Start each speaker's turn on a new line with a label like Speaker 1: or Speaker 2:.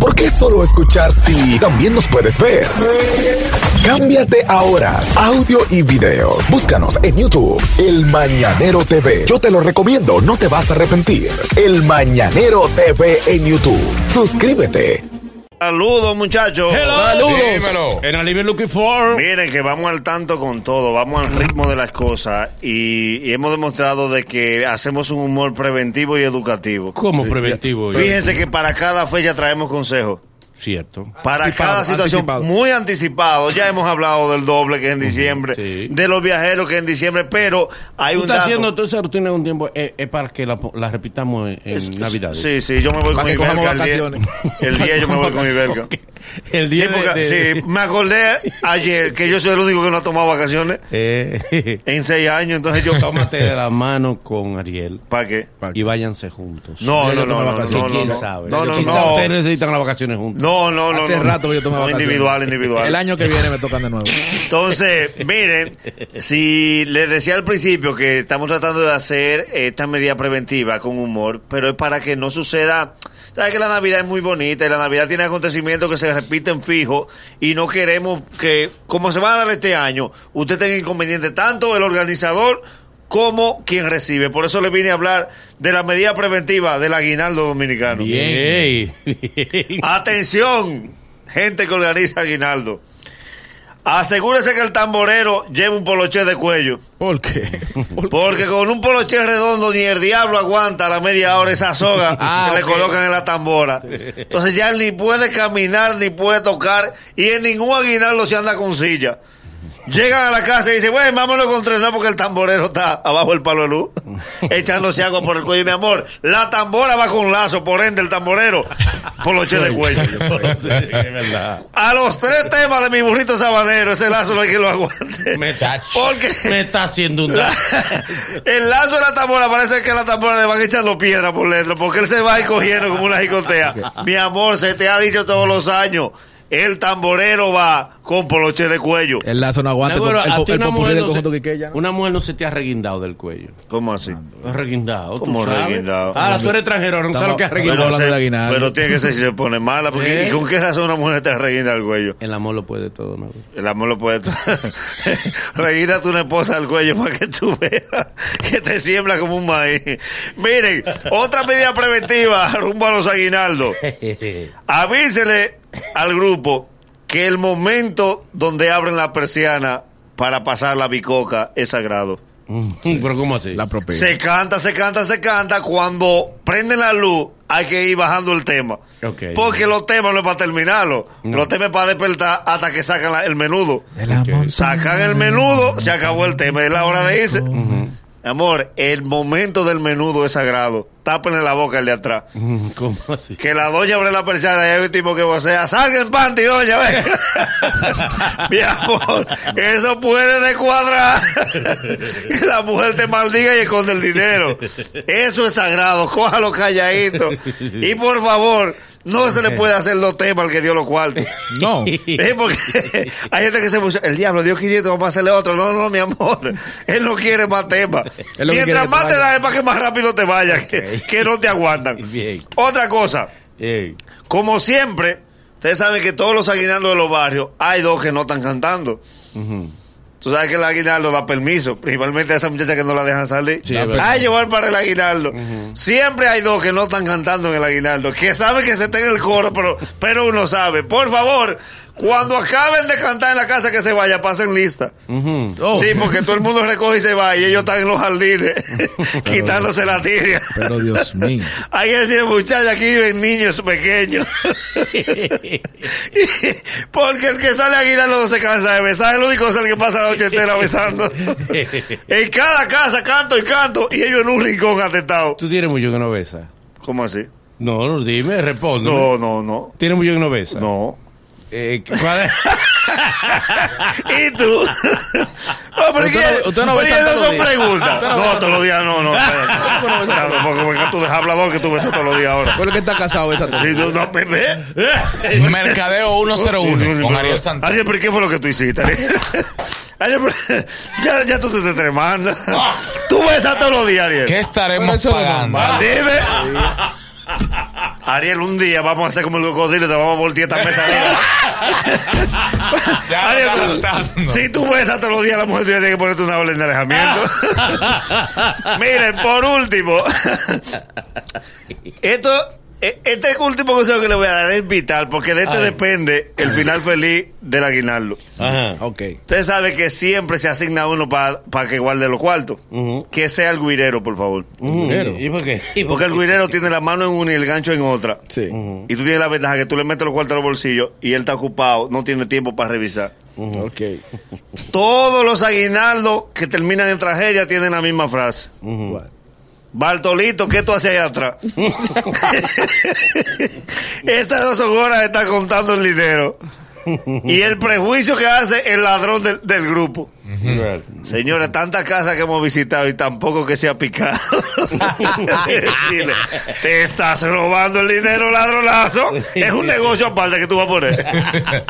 Speaker 1: ¿Por qué solo escuchar si también nos puedes ver? Cámbiate ahora. Audio y video. Búscanos en YouTube. El Mañanero TV. Yo te lo recomiendo, no te vas a arrepentir. El Mañanero TV en YouTube. Suscríbete.
Speaker 2: Saludos, muchachos.
Speaker 3: Saludos.
Speaker 4: Dímelo.
Speaker 3: En Alivio Looking For.
Speaker 2: Miren que vamos al tanto con todo, vamos al ritmo de las cosas y, y hemos demostrado de que hacemos un humor preventivo y educativo.
Speaker 3: Como preventivo. ya.
Speaker 2: Fíjense que para cada fecha traemos consejos.
Speaker 3: Cierto.
Speaker 2: Para
Speaker 4: Anticipado,
Speaker 2: cada situación
Speaker 4: anticipado.
Speaker 2: muy anticipado, ya hemos hablado del doble que es en diciembre,
Speaker 3: sí.
Speaker 2: de los viajeros que es en diciembre, pero hay
Speaker 3: Tú
Speaker 2: un
Speaker 3: estás
Speaker 2: dato.
Speaker 3: haciendo toda esa rutina un tiempo. eh, Es para que la, la repitamos en, en
Speaker 2: Es- es-
Speaker 3: Navidad.
Speaker 2: Sí, sí, yo me voy
Speaker 4: Para
Speaker 2: con
Speaker 4: que
Speaker 2: Iberca.
Speaker 4: cojamos
Speaker 2: el día-
Speaker 4: vacaciones.
Speaker 2: El día yo me voy con Iberca.
Speaker 3: El
Speaker 2: Sí,
Speaker 3: día de-
Speaker 2: porque-
Speaker 3: de-
Speaker 2: sí, me acordé ayer que yo soy el único que no ha tomado vacaciones
Speaker 3: Eh,
Speaker 2: en seis años, entonces yo...
Speaker 3: tómate de la mano con Ariel
Speaker 2: ¿Para qué?
Speaker 3: y váyanse juntos.
Speaker 2: No, no, no,
Speaker 4: Yo tomo
Speaker 2: no, no,
Speaker 3: Que
Speaker 4: vacaciones.
Speaker 2: no,
Speaker 3: quién
Speaker 2: no.
Speaker 3: sabe.
Speaker 2: No, no,
Speaker 3: Quizá
Speaker 2: no.
Speaker 3: ustedes necesitan las vacaciones juntos.
Speaker 2: No, no, no.
Speaker 4: Hace
Speaker 2: no.
Speaker 4: rato que yo tomaba
Speaker 2: No,
Speaker 4: vacaciones.
Speaker 2: individual, individual.
Speaker 4: El año que viene me tocan de nuevo.
Speaker 2: Entonces, miren, si les decía al principio que estamos tratando de hacer esta medida preventiva con humor, pero es para que no suceda. Sabes que la Navidad es muy bonita y la Navidad tiene acontecimientos que se repiten fijos y no queremos que, como se va a dar este año, usted tenga inconveniente tanto el organizador como quien recibe. Por eso le vine a hablar de la medida preventiva del aguinaldo dominicano.
Speaker 3: Bien.
Speaker 2: Atención, gente que organiza aguinaldo. Asegúrese que el tamborero lleve un poloche de cuello.
Speaker 4: ¿Por qué? ¿Por qué?
Speaker 2: Porque con un poloche redondo ni el diablo aguanta a la media hora esa soga
Speaker 4: Ah,
Speaker 2: que le
Speaker 4: ok.
Speaker 2: colocan en la tambora. Entonces ya él ni puede caminar, ni puede tocar, y en ningún aguinaldo se anda con silla. Llegan a la casa y dicen, bueno, vámonos con tres, no, porque el tamborero está abajo del palo de luz, echándose agua por el cuello. Y mi amor, la tambora va con lazo, por ende, el tamborero, poloche de cuello.
Speaker 3: Sí, es verdad.
Speaker 2: A los tres temas de mi burrito sabanero, ese lazo no hay que lo aguante.
Speaker 3: Me,
Speaker 2: Porque-
Speaker 3: me está haciendo un daño.
Speaker 2: El lazo de la tambora parece que a la tambora le van echando piedra por letra, porque él se va a ir cogiendo como una jicotea. Mi amor, se te ha dicho todos los años, el tamborero va con poloche de cuello.
Speaker 4: El lazo no aguanta.
Speaker 3: Nagüero,
Speaker 4: el
Speaker 3: a
Speaker 4: po-
Speaker 3: ti
Speaker 4: el
Speaker 3: una,
Speaker 4: popurrí
Speaker 3: mujer
Speaker 4: del
Speaker 3: no
Speaker 4: conjunto
Speaker 3: se,
Speaker 4: Quiqueya, ¿no?
Speaker 3: una mujer no se te ha reguindado del cuello.
Speaker 2: ¿Cómo así?
Speaker 3: Reguindado.
Speaker 2: ¿Cómo
Speaker 3: ¿Tú sabes?
Speaker 2: reguindado?
Speaker 3: Ahora tú eres extranjero, no sabes lo que
Speaker 4: Estamos
Speaker 3: es reguindado.
Speaker 4: hablando de aguinaldo.
Speaker 2: pero tiene que ser si se pone mala, porque
Speaker 3: ¿Eh?
Speaker 2: ¿y con qué razón una mujer te reguinda el cuello?
Speaker 3: El amor lo puede todo, ¿no?
Speaker 2: El amor lo puede Reír a tu esposa al cuello para que tú veas que te siembra como un maíz. Miren, otra medida preventiva rumbo a los aguinaldos. Avísele al grupo que el momento donde abren la persiana para pasar la bicoca es sagrado. Mm.
Speaker 3: Pero ¿cómo así?
Speaker 4: La propina.
Speaker 2: Se canta, se canta, se canta. Cuando prenden la luz, hay que ir bajando el tema.
Speaker 3: Ok.
Speaker 2: Porque los temas no es para terminarlo. Los temas es para despertar hasta que sacan la- el menudo. Sacan el menudo, se acabó el tema. Es la hora de irse. Amor, el momento del menudo es sagrado. Tápenle la boca al de atrás.
Speaker 3: Mm, ¿Cómo así?
Speaker 2: Que la doña abre la persiana y hay un tipo que vocea, salga el panty, doña, ven. Mi amor, eso puede descuadrar. Que la mujer te maldiga y esconde el dinero. Eso es sagrado, cójalo calladito. Y por favor, no se le puede hacer los temas al que dio los cuartos.
Speaker 4: No.
Speaker 2: Eh, Porque hay gente que se emociona, el diablo dio 500, vamos a hacerle otro. No, no, mi amor, él no quiere más temas.
Speaker 4: Él lo que quiere
Speaker 2: Mientras
Speaker 4: que
Speaker 2: más te
Speaker 4: te vaya.
Speaker 2: da es para que más rápido te vayas, que, que no te aguantan.
Speaker 3: Bien.
Speaker 2: Otra cosa,
Speaker 3: Ey.
Speaker 2: como siempre, ustedes saben que todos los aguinaldos de los barrios hay dos que no están cantando. Tú sabes que el aguinaldo da permiso, principalmente a esa muchacha que no la dejan salir.
Speaker 3: Sí,
Speaker 2: hay
Speaker 3: es verdad.
Speaker 2: a llevar para el aguinaldo. Siempre hay dos que no están cantando en el aguinaldo, que saben que se está en el coro, pero, pero uno sabe. Por favor, cuando acaben de cantar en la casa que se vaya, pasen lista.
Speaker 3: Ujú.
Speaker 4: Oh,
Speaker 2: Sí, porque todo el mundo recoge y se va, y ellos están en los jardines, quitándose la tira.
Speaker 4: Pero Dios mío.
Speaker 2: Hay que decir, muchachos, aquí viven niños pequeños. Porque el que sale a guitarra no se cansa de besar. El único es el que pasa la noche entera besando. en cada casa, canto y canto. Y ellos en un rincón atentado.
Speaker 3: Tú tienes mucho que no besa.
Speaker 2: ¿Cómo así?
Speaker 3: No, no, dime, responde.
Speaker 2: No, no, no.
Speaker 3: Tienes mucho que no besa.
Speaker 2: No.
Speaker 3: Eh, ¿cuál es?
Speaker 2: ¿Y tú? no, pero
Speaker 4: Usted
Speaker 2: es que-
Speaker 4: no- usted
Speaker 2: pero
Speaker 4: no besa
Speaker 2: es que
Speaker 4: todos
Speaker 2: no son
Speaker 4: los días.
Speaker 2: preguntas.
Speaker 4: Usted no
Speaker 2: No,
Speaker 4: besa
Speaker 2: todos los días no, no.
Speaker 4: ¿Cómo que no besa
Speaker 2: espérate.
Speaker 4: todos los días?
Speaker 2: Porque porque tú dejas hablador que tú besas todos los días ahora.
Speaker 4: Por lo que está casado esa
Speaker 2: Sí, no, no, me- eh. me-
Speaker 5: Mercadeo 101 con Ariel Santos.
Speaker 2: Ariel, pero ¿qué fue lo que tú hiciste? Ariel? Ariel, pero- ya, ya tú te estás tremando. Tú besas todos los días, Ariel.
Speaker 5: Ah. ¿Qué
Speaker 4: Pero
Speaker 5: estaremos
Speaker 4: eso no es
Speaker 5: pagando?
Speaker 4: normal.
Speaker 2: Dime. Ariel, un día vamos a hacer como el cocodrilo y te vamos a voltear esta mesa.
Speaker 5: Ya
Speaker 2: Ariel,
Speaker 5: lo
Speaker 2: tú-
Speaker 5: está asustando.
Speaker 2: si tú besas todos los días, la mujer tuya tiene que ponerte una orden de alejamiento. Miren, por último, esto, e- este último consejo que le voy a dar es vital, porque de este depende el final feliz del aguinaldo.
Speaker 3: Ajá.
Speaker 4: Ok.
Speaker 2: Usted sabe que siempre se asigna uno para que guarde los cuartos.
Speaker 3: Ujú.
Speaker 2: Que sea el guirero, por favor.
Speaker 4: Pero-
Speaker 3: ¿Y por qué?
Speaker 2: Porque el guirero tiene la mano en una y el gancho en otra.
Speaker 4: Sí.
Speaker 2: Y tú tienes la ventaja que tú le metes los cuartos a los bolsillos y él está ocupado, no tiene tiempo para revisar.
Speaker 4: Ok.
Speaker 2: Todos los aguinaldos que terminan en tragedia tienen la misma frase.
Speaker 4: What?
Speaker 2: Bartolito, ¿qué tú haces allá atrás? Estas dos son horas de estar contando el dinero. Y el prejuicio que hace el ladrón del, del grupo.
Speaker 3: Real.
Speaker 2: Señores, tantas casas que hemos visitado y tampoco que se ha picado. Dile, Te estás robando el dinero, ladronazo. Es un negocio aparte que tú vas a poner.